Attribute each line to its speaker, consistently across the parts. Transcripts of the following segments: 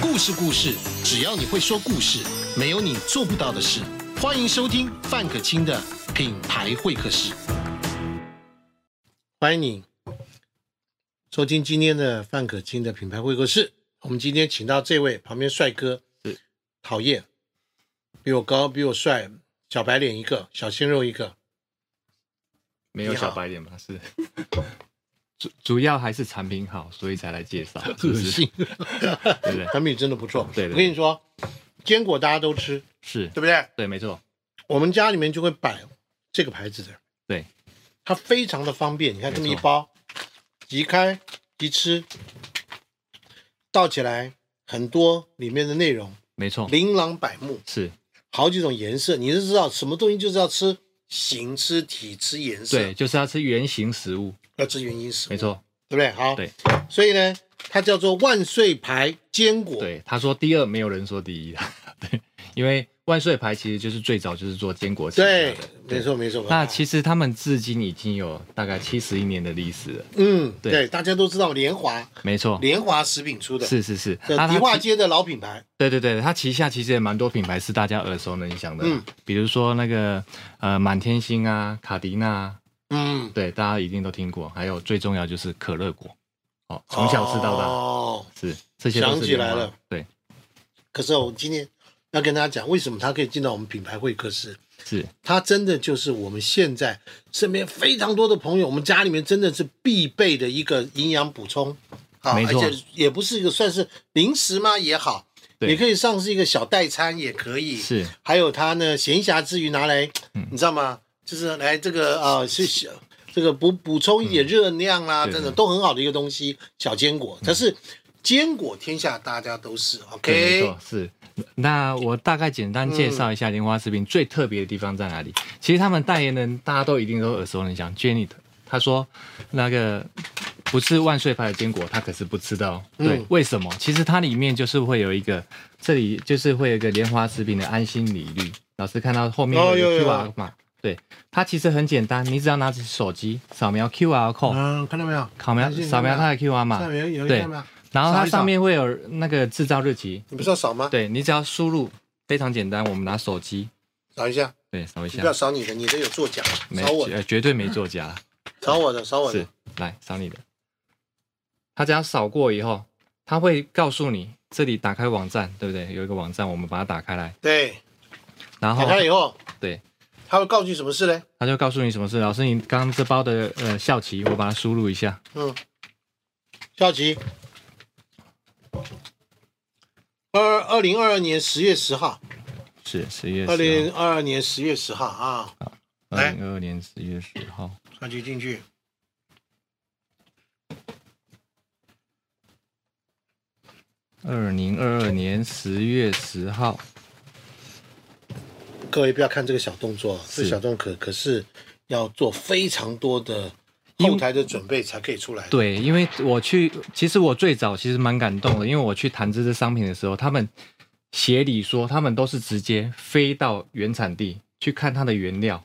Speaker 1: 故事故事，只要你会说故事，没有你做不到的事。欢迎收听范可清的品牌会客室。欢迎你收听今天的范可清的品牌会客室。我们今天请到这位旁边帅哥，讨厌，比我高，比我帅，小白脸一个，小鲜肉一个。
Speaker 2: 没有
Speaker 1: 你好
Speaker 2: 小白脸吧？是主主要还是产品好，所以才来介绍，是
Speaker 1: 恶
Speaker 2: 不是？
Speaker 1: 心，
Speaker 2: 对不对
Speaker 1: 产品真的不错。
Speaker 2: 对对对
Speaker 1: 我跟你说，坚果大家都吃，
Speaker 2: 是
Speaker 1: 对，不对？
Speaker 2: 对，没错，
Speaker 1: 我们家里面就会摆这个牌子的，
Speaker 2: 对，
Speaker 1: 它非常的方便。你看
Speaker 2: 没
Speaker 1: 这
Speaker 2: 错
Speaker 1: 么一包，即开即吃，倒起来很多里面的内容
Speaker 2: 没错，
Speaker 1: 琳琅百目，
Speaker 2: 是
Speaker 1: 好几种颜色，你就知道什么东西就是要吃形、吃体、吃颜色
Speaker 2: 对，，就是要吃原形食物，
Speaker 1: 要吃原因食物，
Speaker 2: 没错，
Speaker 1: 对不对？好，
Speaker 2: 对，
Speaker 1: 所以呢，它叫做万岁牌坚果，
Speaker 2: 对。他说第二，没有人说第一的， 对，因为万岁牌其实就是最早就是做坚果起家
Speaker 1: 对
Speaker 2: 的，
Speaker 1: 没。错没错。
Speaker 2: 那其实他们至今已经有大概七十一年的历史了，
Speaker 1: 嗯，
Speaker 2: 对
Speaker 1: 对，大家都知道联华，
Speaker 2: 没错，
Speaker 1: 联华食品出的，
Speaker 2: 是是是。
Speaker 1: 这
Speaker 2: 那它
Speaker 1: 迪化
Speaker 2: 其
Speaker 1: 街的老品牌，
Speaker 2: 对对对，它旗下其实也蛮多品牌是大家耳熟能详的，
Speaker 1: 嗯，
Speaker 2: 比如说那个呃满天星啊、卡迪娜啊，
Speaker 1: 嗯，
Speaker 2: 对，大家一定都听过。还有最重要就是可乐果，哦，从小吃到大、
Speaker 1: 哦，
Speaker 2: 是这些都
Speaker 1: 想
Speaker 2: 是
Speaker 1: 起
Speaker 2: 联
Speaker 1: 来
Speaker 2: 华
Speaker 1: 了。
Speaker 2: 对，
Speaker 1: 可是我今天要跟大家讲，为什么它可以进到我们品牌会客室？
Speaker 2: 是
Speaker 1: 它真的就是我们现在身边非常多的朋友，我们家里面真的是必备的一个营养补充啊，
Speaker 2: 没
Speaker 1: 而
Speaker 2: 错
Speaker 1: 且也不是一个算是零食嘛也好，
Speaker 2: 对
Speaker 1: 你可以上是一个小代餐也可以，
Speaker 2: 是，嗯
Speaker 1: 还有它呢，闲暇之余拿来，你知道吗？就是来这个啊，是小这个补补充一点热量啦、
Speaker 2: 嗯对
Speaker 1: 等等，
Speaker 2: 对嗯
Speaker 1: 都很好的一个东西，小坚果。但是坚果天下大家都是
Speaker 2: 对，
Speaker 1: OK，
Speaker 2: 没错，是。那我大概简单介绍一
Speaker 1: 嗯
Speaker 2: 下莲花食品最特别的地方在哪里。其实他们代言人大家都一定都耳熟能详，Janet，他说那个不是万岁牌的坚果，他可是不吃的哦。对，
Speaker 1: 嗯
Speaker 2: 为什么？其实它里面就是会有一个，这里就是会有一个莲花食品的安心礼率。老师看到后面
Speaker 1: 哦
Speaker 2: 有一
Speaker 1: 有有有
Speaker 2: 个 QR 码，对，它其实很简单，你只要拿起手机扫描 QR code，
Speaker 1: 嗯，看到没有？
Speaker 2: 扫描
Speaker 1: 看见
Speaker 2: 扫描它
Speaker 1: 看
Speaker 2: 的 QR
Speaker 1: 到
Speaker 2: 码
Speaker 1: 没，有，有有
Speaker 2: 哦啊对
Speaker 1: 看到没有？
Speaker 2: 然后
Speaker 1: 扫
Speaker 2: 它
Speaker 1: 一扫
Speaker 2: 上面会有那个制造日期。
Speaker 1: 你不是要扫 吗？
Speaker 2: 对你只要输入，非常简单，我们拿手机，
Speaker 1: 扫一下，
Speaker 2: 对，扫一
Speaker 1: 你
Speaker 2: 下
Speaker 1: 不要，扫你的，你的有作假，
Speaker 2: 没
Speaker 1: 扫我的，
Speaker 2: 呃绝对没作假，
Speaker 1: 扫我的，扫我
Speaker 2: 是
Speaker 1: 的。，
Speaker 2: 来扫你的。他只要扫过以后，他会告诉你这里打开网站，对不对？有一个网站，我们把它打开来，
Speaker 1: 对，
Speaker 2: 然
Speaker 1: 打
Speaker 2: 后
Speaker 1: 开了以后，
Speaker 2: 对，
Speaker 1: 他会告诉你什么事嘞？
Speaker 2: 他就告诉你什么事。老师，你刚刚这包的呃校旗，我把它输入一下，
Speaker 1: 嗯，校旗，二二零二二年十月十号，
Speaker 2: 是十月
Speaker 1: 二
Speaker 2: 十
Speaker 1: 零二二年十月十号啊，
Speaker 2: 号，二零二二年十月十号，
Speaker 1: 校旗进去。
Speaker 2: 二零二二年十月十号，
Speaker 1: 各位不要看这个小动作，这
Speaker 2: 是
Speaker 1: 小动作可可是要做非常多的
Speaker 2: 因为
Speaker 1: 后台的准备才可以出来。
Speaker 2: 对，因为我去，其实我最早其实蛮感动的，因为我去谈这支商品的时候，他们协理说他们都是直接飞到原产地去看它的原料，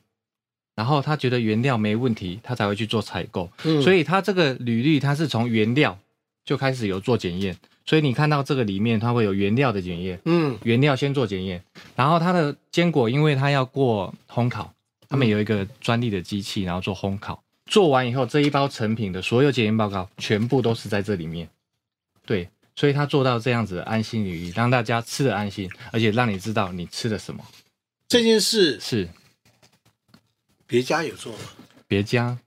Speaker 2: 然后他觉得原料没问题，他才会去做采购。
Speaker 1: 嗯
Speaker 2: 所以他这个履历它是从原料就开始有做检验，所以你看到这个里面它会有原料的检验，
Speaker 1: 嗯，
Speaker 2: 原料先做检验，然后它的坚果，因为它要过烘烤，他们有一个专利的机器，然后做烘烤。做完以后，这一包成品的所有检验报告全部都是在这里面。对，所以他做到这样子的安心履历，让大家吃的安心，而且让你知道你吃了什么。
Speaker 1: 这件事
Speaker 2: 是
Speaker 1: 别家有做吗？
Speaker 2: 别家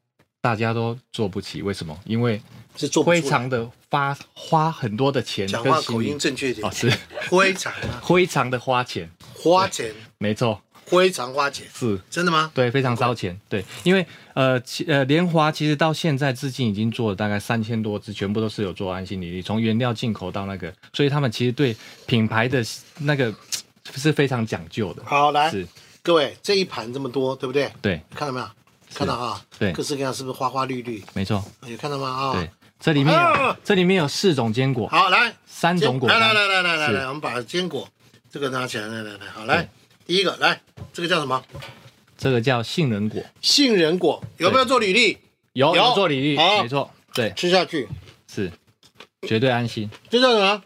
Speaker 2: 大家都做不起，为什么？因为
Speaker 1: 是做不
Speaker 2: 非
Speaker 1: 出来。
Speaker 2: 常的花花很多的钱
Speaker 1: 讲
Speaker 2: 跟
Speaker 1: 话
Speaker 2: 心
Speaker 1: 口
Speaker 2: 力
Speaker 1: 音正确一点
Speaker 2: 哦，，是
Speaker 1: 非常啊，
Speaker 2: 非常的花钱，
Speaker 1: 花钱，
Speaker 2: 没错，
Speaker 1: 非常花钱，
Speaker 2: 是。
Speaker 1: 真的吗？
Speaker 2: 对，非常烧钱。对，因为呃，其呃，联华其实到现在至今已经做了大概三千多支，全部都是有做安心履历，从原料进口到那个，所以他们其实对品牌的那个是非常讲究的。
Speaker 1: 好，来，
Speaker 2: 是，
Speaker 1: 各位这一盘这么多，对不对？
Speaker 2: 对，
Speaker 1: 看到没有？看到啊，
Speaker 2: 对
Speaker 1: 各式各样是不是花花绿绿？
Speaker 2: 没错，
Speaker 1: 有看到吗？啊，
Speaker 2: 对，这里面有
Speaker 1: 啊
Speaker 2: 这里面有四种坚果，
Speaker 1: 好，来，
Speaker 2: 三种果
Speaker 1: 来来
Speaker 2: 干，
Speaker 1: 来来来来
Speaker 2: 是
Speaker 1: 来，我们把坚果这个拿起来，来来来，好，来
Speaker 2: 对，
Speaker 1: 第一个，来，这个叫什么？
Speaker 2: 这个叫杏仁果，
Speaker 1: 杏仁果，有没有做履历？
Speaker 2: 有
Speaker 1: 有
Speaker 2: 有做履历，
Speaker 1: 好
Speaker 2: 没错，对，
Speaker 1: 吃下去，
Speaker 2: 是绝对安心。
Speaker 1: 这叫什么？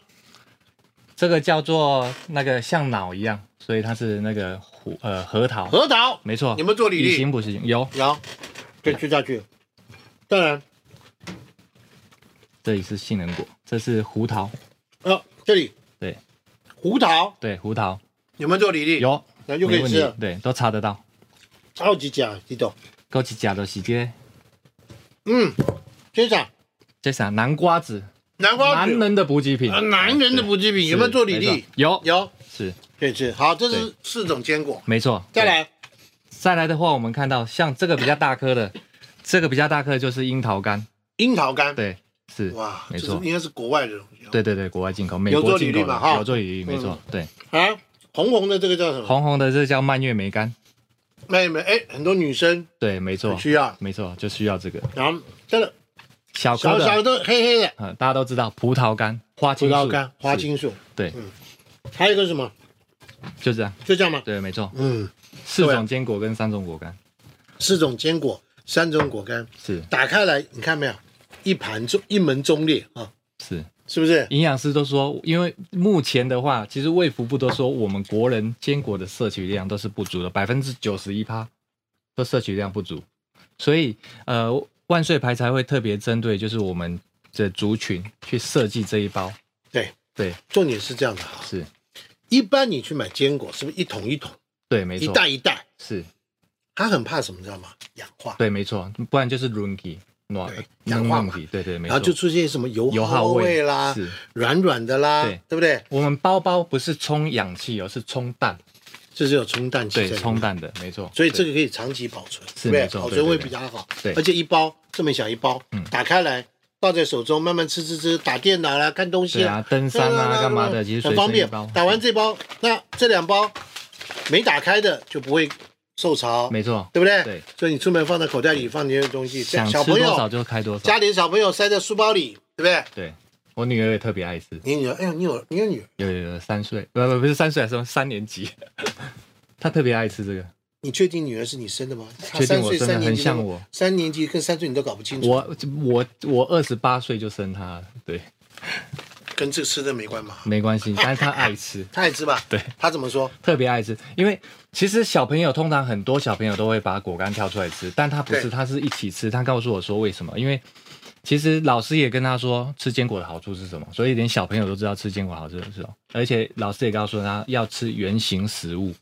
Speaker 2: 这个叫做那个像脑一样，所以它是那个胡呃核桃，
Speaker 1: 核桃
Speaker 2: 没错。
Speaker 1: 有没有做履历
Speaker 2: 以形补形有，
Speaker 1: 有，就就下去。当然，
Speaker 2: 这里是杏仁果，这是胡桃，
Speaker 1: 呃，这里
Speaker 2: 对
Speaker 1: 胡桃
Speaker 2: 对，胡桃
Speaker 1: 有没有做履历？，
Speaker 2: 有，
Speaker 1: 那
Speaker 2: 没
Speaker 1: 就可以
Speaker 2: 问
Speaker 1: 吃
Speaker 2: 题
Speaker 1: 了，，
Speaker 2: 对，都查得到。
Speaker 1: 超级假，你懂？
Speaker 2: 枸杞甲的喜街，
Speaker 1: 嗯，接着
Speaker 2: 这啥南瓜子，
Speaker 1: 南瓜
Speaker 2: 男
Speaker 1: 子，
Speaker 2: 人的补给品
Speaker 1: 呃，男人的补给品
Speaker 2: 对
Speaker 1: 有没有做履？
Speaker 2: 是没
Speaker 1: 历
Speaker 2: 错？有，
Speaker 1: 有，
Speaker 2: 是
Speaker 1: 可以吃。好，这是四种坚果。
Speaker 2: 没错。
Speaker 1: 再
Speaker 2: 对，
Speaker 1: 来，
Speaker 2: 再来的话，我们看到像这个比较大 颗的，这个比较大颗的就是樱桃干，
Speaker 1: 樱桃干，
Speaker 2: 对，是，
Speaker 1: 哇，这
Speaker 2: 没
Speaker 1: 是
Speaker 2: 错
Speaker 1: 应该是国外的东西。，哦
Speaker 2: 对对对，国外进口，美
Speaker 1: 有做
Speaker 2: 国
Speaker 1: 履
Speaker 2: 进
Speaker 1: 历
Speaker 2: 口
Speaker 1: 嘛哈
Speaker 2: 的，有做履历，没错，对。
Speaker 1: 啊，红红的这个叫什么？
Speaker 2: 红红的这叫蔓越莓干，
Speaker 1: 妹妹，哎，很多女生
Speaker 2: 对，没错，
Speaker 1: 需要。
Speaker 2: 没错，就需要这个
Speaker 1: 然后这个
Speaker 2: 小颗
Speaker 1: 小
Speaker 2: 的，
Speaker 1: 小的黑黑的
Speaker 2: 呃，大家都知道葡萄干、花
Speaker 1: 葡
Speaker 2: 青素、
Speaker 1: 萄干、花
Speaker 2: 是，
Speaker 1: 青嗯素，
Speaker 2: 对，
Speaker 1: 还有一个是什么？
Speaker 2: 就这样，
Speaker 1: 就这样吗？
Speaker 2: 对，没错，
Speaker 1: 嗯，
Speaker 2: 四种坚果跟三种果干，
Speaker 1: 四种坚果，三种果干，
Speaker 2: 是
Speaker 1: 打开来，你看没有？一盘中一门忠烈啊，
Speaker 2: 是，
Speaker 1: 是不是？
Speaker 2: 营养师都说，因为目前的话，其实卫福部都说我们国人坚果的摄取量都是不足的，百分之九十一趴都摄取量不足，所以呃，万岁牌才会特别针对就是我们的族群去设计这一包，
Speaker 1: 对，
Speaker 2: 对，
Speaker 1: 重点是这样的哈。
Speaker 2: 是，
Speaker 1: 一般你去买坚果，是不是一桶一桶、
Speaker 2: 对，没
Speaker 1: 一
Speaker 2: 错，
Speaker 1: 袋一袋？
Speaker 2: 是。
Speaker 1: 它很怕什么，你知道吗？氧化，
Speaker 2: 对，没错，不然就是轮体暖
Speaker 1: 对
Speaker 2: 暖
Speaker 1: 氧化嘛
Speaker 2: 体，对对，没
Speaker 1: 然
Speaker 2: 错。
Speaker 1: 后就出现什么油
Speaker 2: 油耗
Speaker 1: 耗味啦
Speaker 2: 是，
Speaker 1: 软软的啦，
Speaker 2: 对
Speaker 1: 不对？
Speaker 2: 我们包包不是充氧气哦，是充氮，
Speaker 1: 这是有冲淡剂在
Speaker 2: 对，
Speaker 1: 里面
Speaker 2: 充氮的，没错。
Speaker 1: 所以这
Speaker 2: 个
Speaker 1: 个可以长期保存，对不
Speaker 2: 是
Speaker 1: 对
Speaker 2: 没？错
Speaker 1: 保
Speaker 2: 对
Speaker 1: 存会
Speaker 2: 对
Speaker 1: 比较好。
Speaker 2: 对嗯
Speaker 1: 而且一包这么小一包，打开来抱在手中慢慢吃吃吃，打电脑啦、看东西
Speaker 2: 对
Speaker 1: 啦
Speaker 2: 啊，、登山
Speaker 1: 啦啦
Speaker 2: 啊，
Speaker 1: 啦
Speaker 2: 干嘛
Speaker 1: 啦
Speaker 2: 的，其实随
Speaker 1: 很方
Speaker 2: 身一
Speaker 1: 便
Speaker 2: 包。。
Speaker 1: 打完这包，那这两包没打开的就不会受潮，
Speaker 2: 没错，
Speaker 1: 对不对？
Speaker 2: 对。
Speaker 1: 所以你出门放在口袋里，放点东西，
Speaker 2: 想
Speaker 1: 小
Speaker 2: 吃
Speaker 1: 朋
Speaker 2: 多少
Speaker 1: 友
Speaker 2: 就开多少
Speaker 1: 家。里的小朋友塞在书包里，对不对？
Speaker 2: 对，我女儿也特别爱吃，
Speaker 1: 你女儿，哎呦，你有你有女儿，
Speaker 2: 有有有三岁，不不不是三岁，还是三年级， 她特别爱吃这个。
Speaker 1: 你确定女儿是你生的吗？她
Speaker 2: 确定
Speaker 1: 三
Speaker 2: 我
Speaker 1: 岁
Speaker 2: 生的
Speaker 1: 三年
Speaker 2: 很
Speaker 1: 级都
Speaker 2: 像我
Speaker 1: 三年级跟三岁你都搞不清楚，
Speaker 2: 我我我二十八岁就生她了，对，
Speaker 1: 跟这吃的没关嘛？
Speaker 2: 没关系，但是她爱吃。
Speaker 1: 她也吃吧？
Speaker 2: 对，
Speaker 1: 她怎么说？
Speaker 2: 特别爱吃，因为其实小朋友通常很多小朋友都会把果干挑出来吃，但他不是，
Speaker 1: 对
Speaker 2: 他是一起吃。他告诉我说为什么？因为其实老师也跟他说吃坚果的好处是什么，所以连小朋友都知道吃坚果好处是什么。而且老师也告诉他要吃原形食物，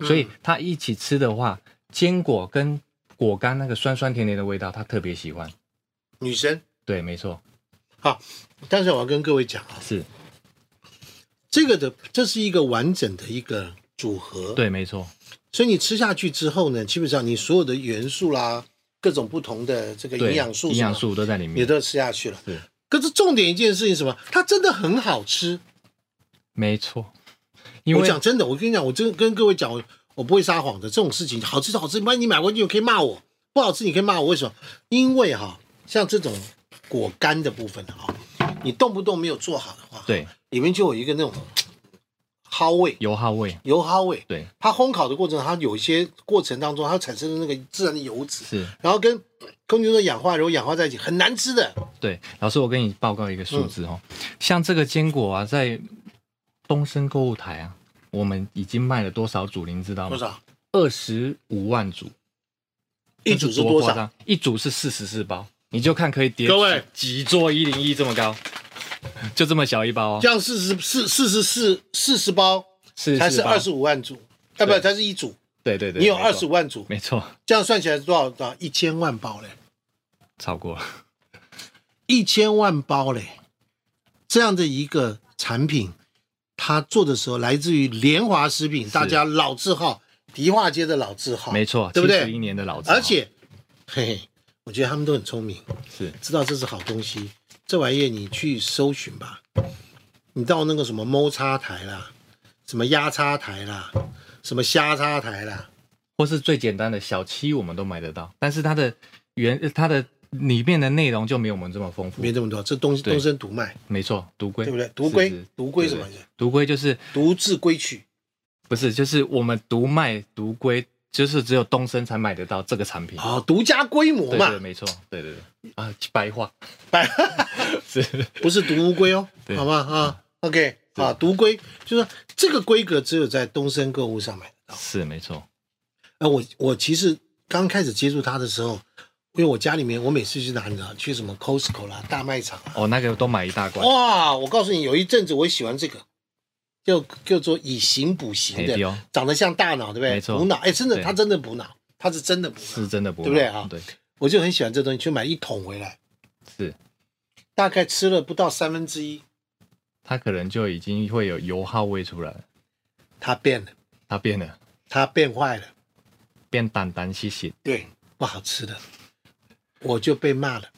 Speaker 1: 嗯
Speaker 2: 所以他一起吃的话，坚果跟果干那个酸酸甜甜的味道，他特别喜欢。
Speaker 1: 女生。
Speaker 2: 对，没错，
Speaker 1: 好，但是我要跟各位讲啊，
Speaker 2: 是
Speaker 1: 这个的这是一个完整的一个组合，，
Speaker 2: 对，没错，
Speaker 1: 所以你吃下去之后呢，基本上你所有的元素啦，各种不同的这个
Speaker 2: 对，
Speaker 1: 营养素，
Speaker 2: 营养素都在里
Speaker 1: 你
Speaker 2: 面。
Speaker 1: 都吃下去了
Speaker 2: 是。
Speaker 1: 可是重点一件事情是什么？它真的很好吃。
Speaker 2: 没错，因
Speaker 1: 我
Speaker 2: 为
Speaker 1: 讲真的，我跟你讲，我真的跟各位讲，我我不会撒谎的。这种事情好吃是好吃，万一你买回去你可以骂我，不好吃你可以骂我。为什么？因为哈、像这种果干的部分哈、你动不动没有做好的话，
Speaker 2: 对，
Speaker 1: 里面就有一个那种蒿味、
Speaker 2: 油耗味，
Speaker 1: 油蒿味。
Speaker 2: 对，
Speaker 1: 它烘烤的过程，它有一些过程当中，它产生的那个自然的油脂，
Speaker 2: 是。
Speaker 1: 然后跟空气中的氧化，然后氧化在一起，很难吃的。
Speaker 2: 对，老师，我跟你报告一个数
Speaker 1: 嗯
Speaker 2: 字哦，像这个坚果啊，在东升购物台啊，我们已经卖了多少组，您知道
Speaker 1: 多
Speaker 2: 吗？
Speaker 1: 少？
Speaker 2: 二十五万组，
Speaker 1: 一组
Speaker 2: 那
Speaker 1: 是多
Speaker 2: 夸
Speaker 1: 少？
Speaker 2: 张？一组是四十四包，你就看可以叠
Speaker 1: 各位
Speaker 2: 几几座一零一这么高， 就这么小一包哦
Speaker 1: 这，样四十四四十四四十包
Speaker 2: 是
Speaker 1: 才是二十
Speaker 2: 五，
Speaker 1: 五万组，啊，不，
Speaker 2: 对
Speaker 1: 它是一组，
Speaker 2: 对对对，
Speaker 1: 你有
Speaker 2: 没
Speaker 1: 二
Speaker 2: 错
Speaker 1: 十，万组，
Speaker 2: 没错，
Speaker 1: 这样算起来是多少？多少？一千万包嘞，
Speaker 2: 超过了，
Speaker 1: 一千万包嘞，这样的一个产品，它做的时候来自于联华食品，大家老字号，迪化街的老字号，
Speaker 2: 没错，
Speaker 1: 哦对不
Speaker 2: 一
Speaker 1: 对？
Speaker 2: 年的老字号，
Speaker 1: 而且，嘿嘿，我觉得他们都很聪明，
Speaker 2: 是
Speaker 1: 知道这是好东西，这玩意儿你去搜寻吧。你到那个什么猫叉台啦，什么鸭叉台啦，什么虾叉台啦，
Speaker 2: 或是最简单的小七，我们都买得到，但是它的原呃它的里面的内容就没有我们这么丰富，
Speaker 1: 没这么多，这东西
Speaker 2: 对
Speaker 1: 东升独卖，
Speaker 2: 没错，独龟，
Speaker 1: 对不对？独龟
Speaker 2: 是，
Speaker 1: 独龟什么？意
Speaker 2: 对
Speaker 1: 思？
Speaker 2: 独龟就是
Speaker 1: 独自归去，
Speaker 2: 不是就是我们独卖独龟，就是只有东升才买得到这个产品。
Speaker 1: 啊，独家规模
Speaker 2: 对
Speaker 1: 嘛
Speaker 2: 对，，没错，对对对啊，白话
Speaker 1: 白
Speaker 2: 是，
Speaker 1: 不是独乌龟哦
Speaker 2: 对，
Speaker 1: 好吧啊，OK，
Speaker 2: 是
Speaker 1: 啊，独规，就是说这个规格只有在东森购物上买得到。
Speaker 2: 是没错，
Speaker 1: 哎，我我其实刚开始接触它的时候，因为我家里面我每次去哪里呢？去什么 Costco 啦、大卖场啊。
Speaker 2: 哦，那个都买一大罐，
Speaker 1: 哇，我告诉你，有一阵子我喜欢这个，就叫做以形补形
Speaker 2: 嘿对
Speaker 1: 的
Speaker 2: 哦，
Speaker 1: 长得像大脑，对不对？
Speaker 2: 没错
Speaker 1: 补脑，哎，真的，
Speaker 2: 对
Speaker 1: 它真的补脑，它是真的补脑
Speaker 2: 是。真的不
Speaker 1: 对不对啊
Speaker 2: 对，
Speaker 1: 我就很喜欢这东西，去买一桶回来，
Speaker 2: 是
Speaker 1: 大概吃了不到三分之一，
Speaker 2: 它可能就已经会有油耗味出来了，
Speaker 1: 它变了，
Speaker 2: 它变了，
Speaker 1: 它变坏了，
Speaker 2: 变淡淡细细
Speaker 1: 对，不好吃的，我就被骂了。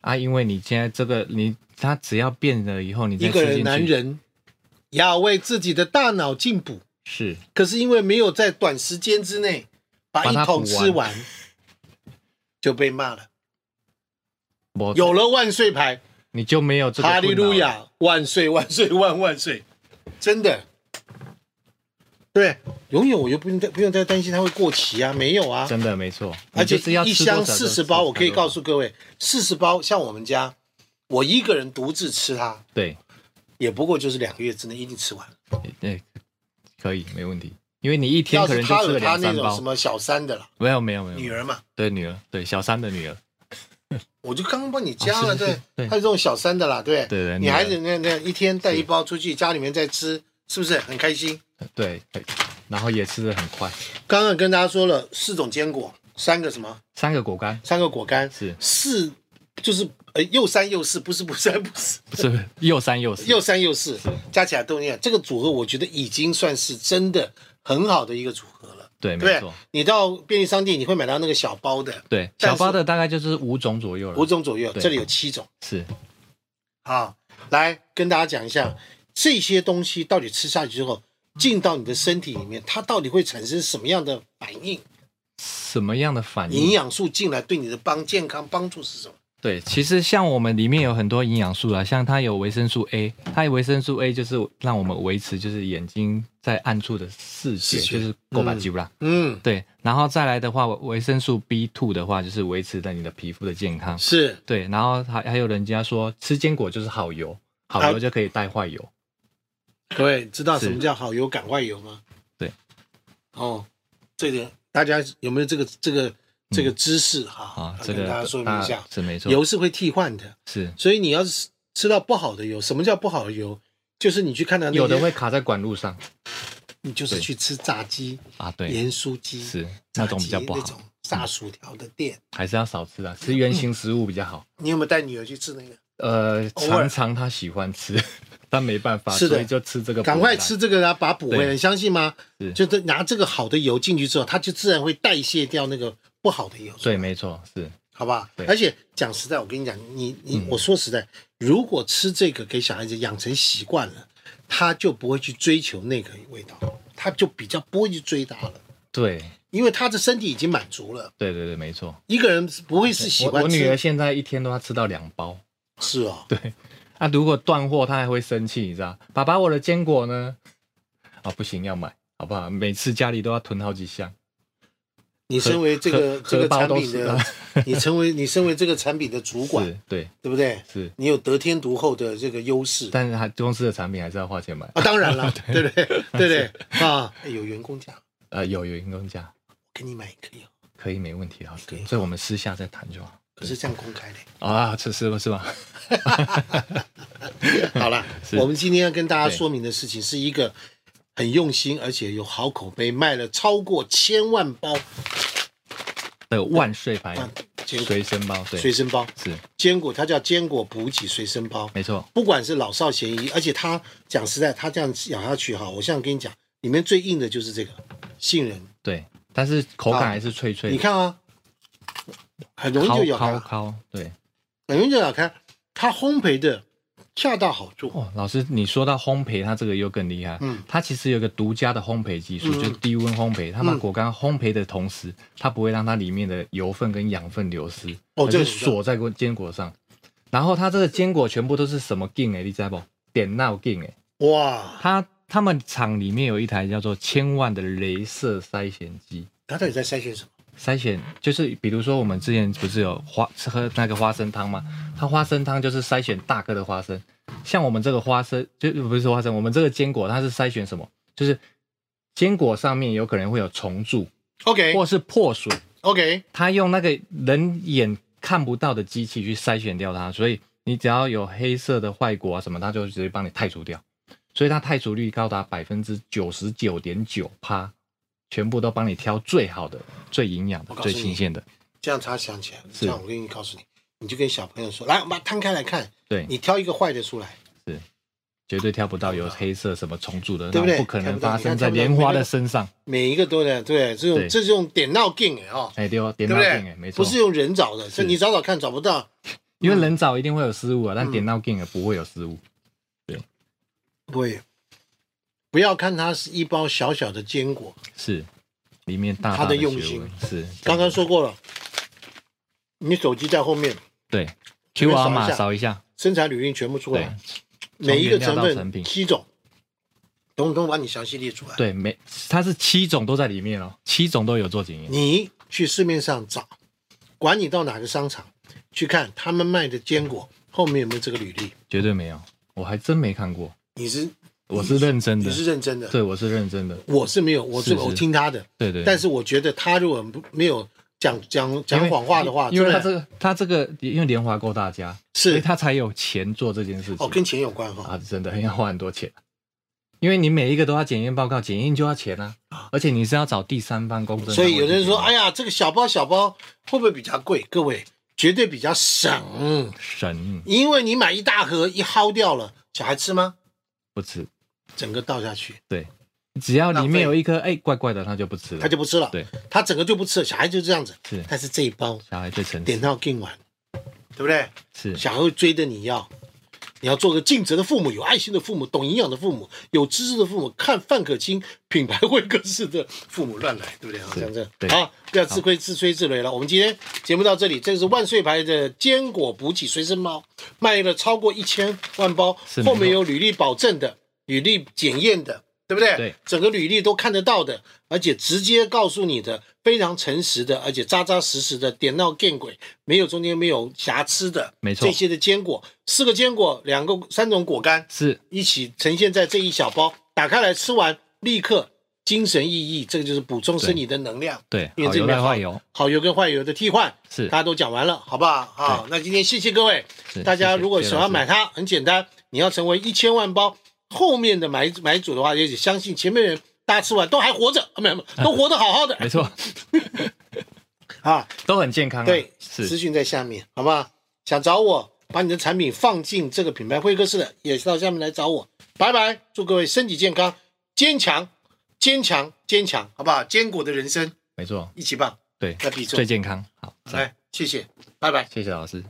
Speaker 2: 啊，因为你现在这个你它只要变了以后，你再
Speaker 1: 一个
Speaker 2: 吃
Speaker 1: 人
Speaker 2: 进
Speaker 1: 男
Speaker 2: 去
Speaker 1: 人要为自己的大脑进补，
Speaker 2: 是
Speaker 1: 可是因为没有在短时间之内把
Speaker 2: 把
Speaker 1: 一
Speaker 2: 它
Speaker 1: 桶
Speaker 2: 补
Speaker 1: 吃
Speaker 2: 完
Speaker 1: 完，就被骂了。
Speaker 2: 我
Speaker 1: 有了万岁牌，
Speaker 2: 你就没有这个
Speaker 1: 哈利路
Speaker 2: 困扰了，
Speaker 1: 亚，万 岁万岁万万岁，真的。对，永远我就不用再不用再担心它会过期啊，没有啊。
Speaker 2: 真的没错，
Speaker 1: 而且
Speaker 2: 你就是要
Speaker 1: 一
Speaker 2: 吃
Speaker 1: 箱
Speaker 2: 多少就
Speaker 1: 四十
Speaker 2: 吃
Speaker 1: 包，我可以
Speaker 2: 多少
Speaker 1: 告诉各位，四十包像我们家，我一个人独自吃它，
Speaker 2: 对，
Speaker 1: 也不过就是两个月之内一定吃完。
Speaker 2: 对，可以没问题，因为你一天
Speaker 1: 要
Speaker 2: 可
Speaker 1: 是
Speaker 2: 能就
Speaker 1: 他
Speaker 2: 吃
Speaker 1: 有
Speaker 2: 了
Speaker 1: 他
Speaker 2: 两
Speaker 1: 那
Speaker 2: 三
Speaker 1: 种什
Speaker 2: 包，嗯
Speaker 1: 么小三的啦，
Speaker 2: 没有没有没有，
Speaker 1: 女儿嘛，
Speaker 2: 对女儿对小三的女儿，
Speaker 1: 我就刚刚帮你加
Speaker 2: 啊
Speaker 1: 了，
Speaker 2: 是是
Speaker 1: 对
Speaker 2: 是，对
Speaker 1: 他有这种小三的啦，对，
Speaker 2: 对对
Speaker 1: 女孩子
Speaker 2: 女
Speaker 1: 那那一天带一包出去，家里面再吃，是不是很开心？
Speaker 2: 对，对然后也吃的很快，
Speaker 1: 刚刚跟大家说了四种坚果，三个什么，
Speaker 2: 三个果干
Speaker 1: 三个果干，
Speaker 2: 是
Speaker 1: 四就是呃又三又四，不是不是不是，
Speaker 2: 不是又三又四
Speaker 1: 又三又四加起来都一样，这个组合我觉得已经算是真的很好的一个组合了，对
Speaker 2: 对没
Speaker 1: 不对
Speaker 2: 错？
Speaker 1: 你到便利商店你会买到那个小包的，
Speaker 2: 对
Speaker 1: 但
Speaker 2: 小
Speaker 1: 是
Speaker 2: 包的大概就是五种左右了，
Speaker 1: 五种左右，
Speaker 2: 对
Speaker 1: 这里有七种。
Speaker 2: 是
Speaker 1: 好，来跟大家讲一下这些东西到底吃下去之后，进到你的身体里面，它到底会产生什么样的反应？
Speaker 2: 什么样的反
Speaker 1: 营
Speaker 2: 应？
Speaker 1: 养素进来对你的帮健康帮助是什么？
Speaker 2: 对，其实像我们里面有很多营养素啦，像它有维生素 A，它维生素 A 就是让我们维持就是眼睛在暗处的视觉，
Speaker 1: 视觉
Speaker 2: 就是够把肌啦。
Speaker 1: 嗯，
Speaker 2: 对，然后再来的话，维生素 B two 的话，就是维持在你的皮肤的健康。
Speaker 1: 是
Speaker 2: 对，然后还还有人家说吃坚果就是好油，好
Speaker 1: 啊
Speaker 2: 油就可以带坏油。
Speaker 1: 各位知道
Speaker 2: 是
Speaker 1: 什么叫好油赶快油吗？
Speaker 2: 对，
Speaker 1: 哦，这点大家有没有这个这个这个知识哈
Speaker 2: 嗯啊？，
Speaker 1: 要
Speaker 2: 这
Speaker 1: 跟
Speaker 2: 个
Speaker 1: 大家说明一下
Speaker 2: 啊，是没错，
Speaker 1: 油是会替换的，
Speaker 2: 是
Speaker 1: 所以你要是吃到不好的油，什么叫不好的油？就是你去看到那些
Speaker 2: 有的会，卡在管路上
Speaker 1: 你就是
Speaker 2: 对
Speaker 1: 去吃炸鸡、
Speaker 2: 啊，对，
Speaker 1: 盐酥鸡，
Speaker 2: 是那种比较不
Speaker 1: 炸鸡那
Speaker 2: 好，嗯
Speaker 1: 种炸薯条的店，
Speaker 2: 还是要少吃啊，吃圆形食物比 较好。
Speaker 1: 你有没有带女儿去吃那个？
Speaker 2: 呃，
Speaker 1: 偶尔
Speaker 2: 常常他喜欢吃， 但没办法，
Speaker 1: 是的
Speaker 2: 所以就吃这个。
Speaker 1: 赶快吃，这个啊，把它补回来，
Speaker 2: 对
Speaker 1: 你相信吗
Speaker 2: 是？
Speaker 1: 就是拿这个好的油进去之后，它就自然会代谢掉那个不好的油，
Speaker 2: 对，没错，是
Speaker 1: 好不好
Speaker 2: 对？
Speaker 1: 而且讲实在，我跟你讲，你你
Speaker 2: 嗯
Speaker 1: 我说实在，如果吃这个给小孩子养成习惯了，他就不会去追求那个味道，他就比较不会去追它了，
Speaker 2: 对，
Speaker 1: 因为他的身体已经满足了。
Speaker 2: 对对对，没错。
Speaker 1: 一个人不会是喜
Speaker 2: 我
Speaker 1: 欢
Speaker 2: 我女儿
Speaker 1: 吃，
Speaker 2: 现在一天都要吃到两包。
Speaker 1: 是哦，
Speaker 2: 啊，如果断货，他还会生气，你知道？爸爸，我的坚果呢？啊，不行，要买，好不好？每次家里都要囤好几箱。
Speaker 1: 你身为这个
Speaker 2: 荷
Speaker 1: 这个
Speaker 2: 荷包
Speaker 1: 产
Speaker 2: 都
Speaker 1: 品
Speaker 2: 是
Speaker 1: 的， 你成为你身为这个产品的主管，
Speaker 2: 是，对，
Speaker 1: 对不对？
Speaker 2: 是。
Speaker 1: 你有得天独厚的这个优势
Speaker 2: 但是他公司的产品还是要花钱买。
Speaker 1: 啊，当然了，对不对？对不对啊，哎有员工价，我
Speaker 2: 呃，有有员工价，
Speaker 1: 给你买也可以哦，
Speaker 2: 可以，没问题，老师
Speaker 1: 可以。
Speaker 2: 所以我们私下再谈就好。
Speaker 1: 可是这样公开的。
Speaker 2: 啊，是是吧？是吧？
Speaker 1: 好了，
Speaker 2: 是
Speaker 1: 我们今天要跟大家
Speaker 2: 对
Speaker 1: 说明的事情是一个很用心，而且有好口碑，卖了超过千万包
Speaker 2: 的万岁牌
Speaker 1: 啊，坚果
Speaker 2: 随身包，对
Speaker 1: 随，身包，
Speaker 2: 是
Speaker 1: 坚果它叫坚果补给随身包，
Speaker 2: 没错，
Speaker 1: 不管是老少咸宜，而且它讲实在，它这样咬下去哈，我现在跟你讲，里面最硬的就是这个杏仁，
Speaker 2: 对。但是口感
Speaker 1: 啊
Speaker 2: 还是脆脆
Speaker 1: 你
Speaker 2: 的，
Speaker 1: 看啊，很容易就咬开
Speaker 2: 烤
Speaker 1: 了，
Speaker 2: 烤，对。
Speaker 1: 很容易就咬开。它烘焙的恰到好处，
Speaker 2: 哦，老师，你说到烘焙，它这个又更厉害。
Speaker 1: 嗯
Speaker 2: 嗯，它其实有一个独家的烘焙技术，
Speaker 1: 嗯
Speaker 2: 就是低温烘焙。它把
Speaker 1: 嗯
Speaker 2: 果干烘焙的同时，它不会让它里面的油分跟养分流失，
Speaker 1: 哦
Speaker 2: 而
Speaker 1: 这个
Speaker 2: 是
Speaker 1: 很重
Speaker 2: 锁在过坚果上。然后它这个坚果全部都是什么劲哎，你知道不？点闹劲哎，
Speaker 1: 哇！
Speaker 2: 它他们厂里面有一台叫做千万的镭射筛选机。
Speaker 1: 它到底在筛选什么？
Speaker 2: 筛选就是，比如说我们之前不是有花喝那个花生汤吗？它花生汤就是筛选大颗的花生，像我们这个花生，就不是花生，我们这个坚果它是筛选什么？就是坚果上面有可能会有虫蛀
Speaker 1: OK
Speaker 2: 或是破损，
Speaker 1: OK，
Speaker 2: 它用那个人眼看不到的机器去筛选掉它，所以你只要有黑色的坏果啊什么，它就直接帮你汰除掉。所以它汰除率高达百分之九十九点九趴，全部都帮你挑最好的、最营养的
Speaker 1: 我、告诉
Speaker 2: 最
Speaker 1: 你
Speaker 2: 新鲜的。
Speaker 1: 这样他想起来了，
Speaker 2: 是
Speaker 1: 这样我愿意告诉你，你就跟小朋友说，来，我们把它摊开来看，
Speaker 2: 对，
Speaker 1: 你挑一个坏的出来，
Speaker 2: 绝对挑不到有黑色什么虫蛀的，
Speaker 1: 对不对
Speaker 2: 那不可能
Speaker 1: 挑不到
Speaker 2: 发生
Speaker 1: 你看
Speaker 2: 在
Speaker 1: 挑不到
Speaker 2: 莲花
Speaker 1: 每
Speaker 2: 的
Speaker 1: 个
Speaker 2: 身上。
Speaker 1: 每一个都呢，对，这种
Speaker 2: 对
Speaker 1: 这是用点闹 game 哦，
Speaker 2: 哎，对哦，点
Speaker 1: 对
Speaker 2: 到
Speaker 1: 不
Speaker 2: 定哎
Speaker 1: 对，？
Speaker 2: 没错，
Speaker 1: 不是用人找的，这你找找看找不到。
Speaker 2: 因为人找一定会有失误
Speaker 1: 嗯
Speaker 2: 啊，但点到定了不会有失误。
Speaker 1: 对，不要看它是一包小小的坚果，
Speaker 2: 是，里面大
Speaker 1: 他
Speaker 2: 大
Speaker 1: 的用
Speaker 2: 学
Speaker 1: 心
Speaker 2: 问是
Speaker 1: 刚刚说过了，你手机在后面，
Speaker 2: 对
Speaker 1: 随便扫
Speaker 2: ，QR
Speaker 1: 一
Speaker 2: 码
Speaker 1: 下
Speaker 2: 扫一下，
Speaker 1: 生产履历全部出
Speaker 2: 对
Speaker 1: 来，每一个成
Speaker 2: 从原料到成
Speaker 1: 分
Speaker 2: 品
Speaker 1: 七种，统统把你详细列出来。
Speaker 2: 对，每它是七种都在里面哦，七种都有做检验。
Speaker 1: 你去市面上找，管你到哪个商场去看他们卖的坚果后面有没有这个履历，
Speaker 2: 绝对没有，我还真没看过，
Speaker 1: 你是
Speaker 2: 我是认真
Speaker 1: 你
Speaker 2: 的，
Speaker 1: 是认真的，
Speaker 2: 对，我是认真的，
Speaker 1: 我是没有，我是
Speaker 2: 是是
Speaker 1: 我听他的，
Speaker 2: 对对。
Speaker 1: 但是我觉得他如果不没有讲讲
Speaker 2: 因
Speaker 1: 讲
Speaker 2: 为
Speaker 1: 谎话的话，
Speaker 2: 因为
Speaker 1: 真
Speaker 2: 他
Speaker 1: 的
Speaker 2: 这个他这个因为联华够大家，所以
Speaker 1: 是
Speaker 2: 他才有钱做这件事情。
Speaker 1: 哦跟钱有关哈，
Speaker 2: 啊，真的要花很多钱，因为你每一个都要检验报告，检验就要钱啊，而且你是要找第三方公证单位去
Speaker 1: 所
Speaker 2: 检验。
Speaker 1: 以有的人说，哎呀，这个小包小包会不会比较贵？各位绝对比较省，
Speaker 2: 神
Speaker 1: 因为你买一大盒一薅掉了，小孩吃吗？
Speaker 2: 不吃，
Speaker 1: 整个倒下去，
Speaker 2: 只要里
Speaker 1: 浪费
Speaker 2: 面有一颗哎怪怪的，他就不吃了。
Speaker 1: 他就不吃了，
Speaker 2: 对，
Speaker 1: 他整个就不吃了，小孩就这样子
Speaker 2: 是。
Speaker 1: 但是这一包
Speaker 2: 小孩最诚
Speaker 1: 点
Speaker 2: 实，
Speaker 1: 到更晚，对不对？
Speaker 2: 是
Speaker 1: 小孩会追着你要，你要做个尽责的父母，有爱心的父母，懂营养的父母，有知识的父母，看范可清品牌会客室的父母乱来，对不对？好
Speaker 2: 是
Speaker 1: 像这样
Speaker 2: 对
Speaker 1: 好，不要自亏自吹自擂了。我们今天节目到这里，这个是万岁牌的坚果补给随身包，卖了超过一千万包
Speaker 2: 是，没
Speaker 1: 后
Speaker 2: 错
Speaker 1: 面有履历保证的、履历检验的。对不对？
Speaker 2: 对，
Speaker 1: 整个履历都看得到的，而且直接告诉你的，非常诚实的，而且扎扎实实的，点到见鬼，没有中间没有瑕疵的，
Speaker 2: 没错
Speaker 1: 这些的坚果，四个坚果，两个三种果干
Speaker 2: 是
Speaker 1: 一起呈现在这一小包，打开来吃完，立刻精神奕奕，这个就是补充身体的能量。
Speaker 2: 对，
Speaker 1: 因为
Speaker 2: 好
Speaker 1: 这
Speaker 2: 油
Speaker 1: 边
Speaker 2: 带坏油
Speaker 1: 好油跟坏油的替换，
Speaker 2: 是
Speaker 1: 大家都讲完了，好不好？好，那今天谢谢各位
Speaker 2: 是，
Speaker 1: 大家
Speaker 2: 谢谢
Speaker 1: 如果
Speaker 2: 谢谢
Speaker 1: 想要
Speaker 2: 老师
Speaker 1: 买它，很简单，你要成为一千万包后面的买买主的话，也许相信前面人大家吃完都还活着，啊没有没有，都活得好 好的
Speaker 2: 没错，
Speaker 1: 啊。
Speaker 2: 都很健康啊。
Speaker 1: 对，资
Speaker 2: 是
Speaker 1: 讯在下面，好吗？想找我把你的产品放进这个品牌会客室的，也是到下面来找我。拜拜，祝各位身体健康，坚强，坚强，坚强，好不好？坚果的人生
Speaker 2: 没错，
Speaker 1: 一起棒，
Speaker 2: 对，
Speaker 1: 那必中哎
Speaker 2: 最健康。好，
Speaker 1: 来，谢谢，拜拜。
Speaker 2: 谢谢老师。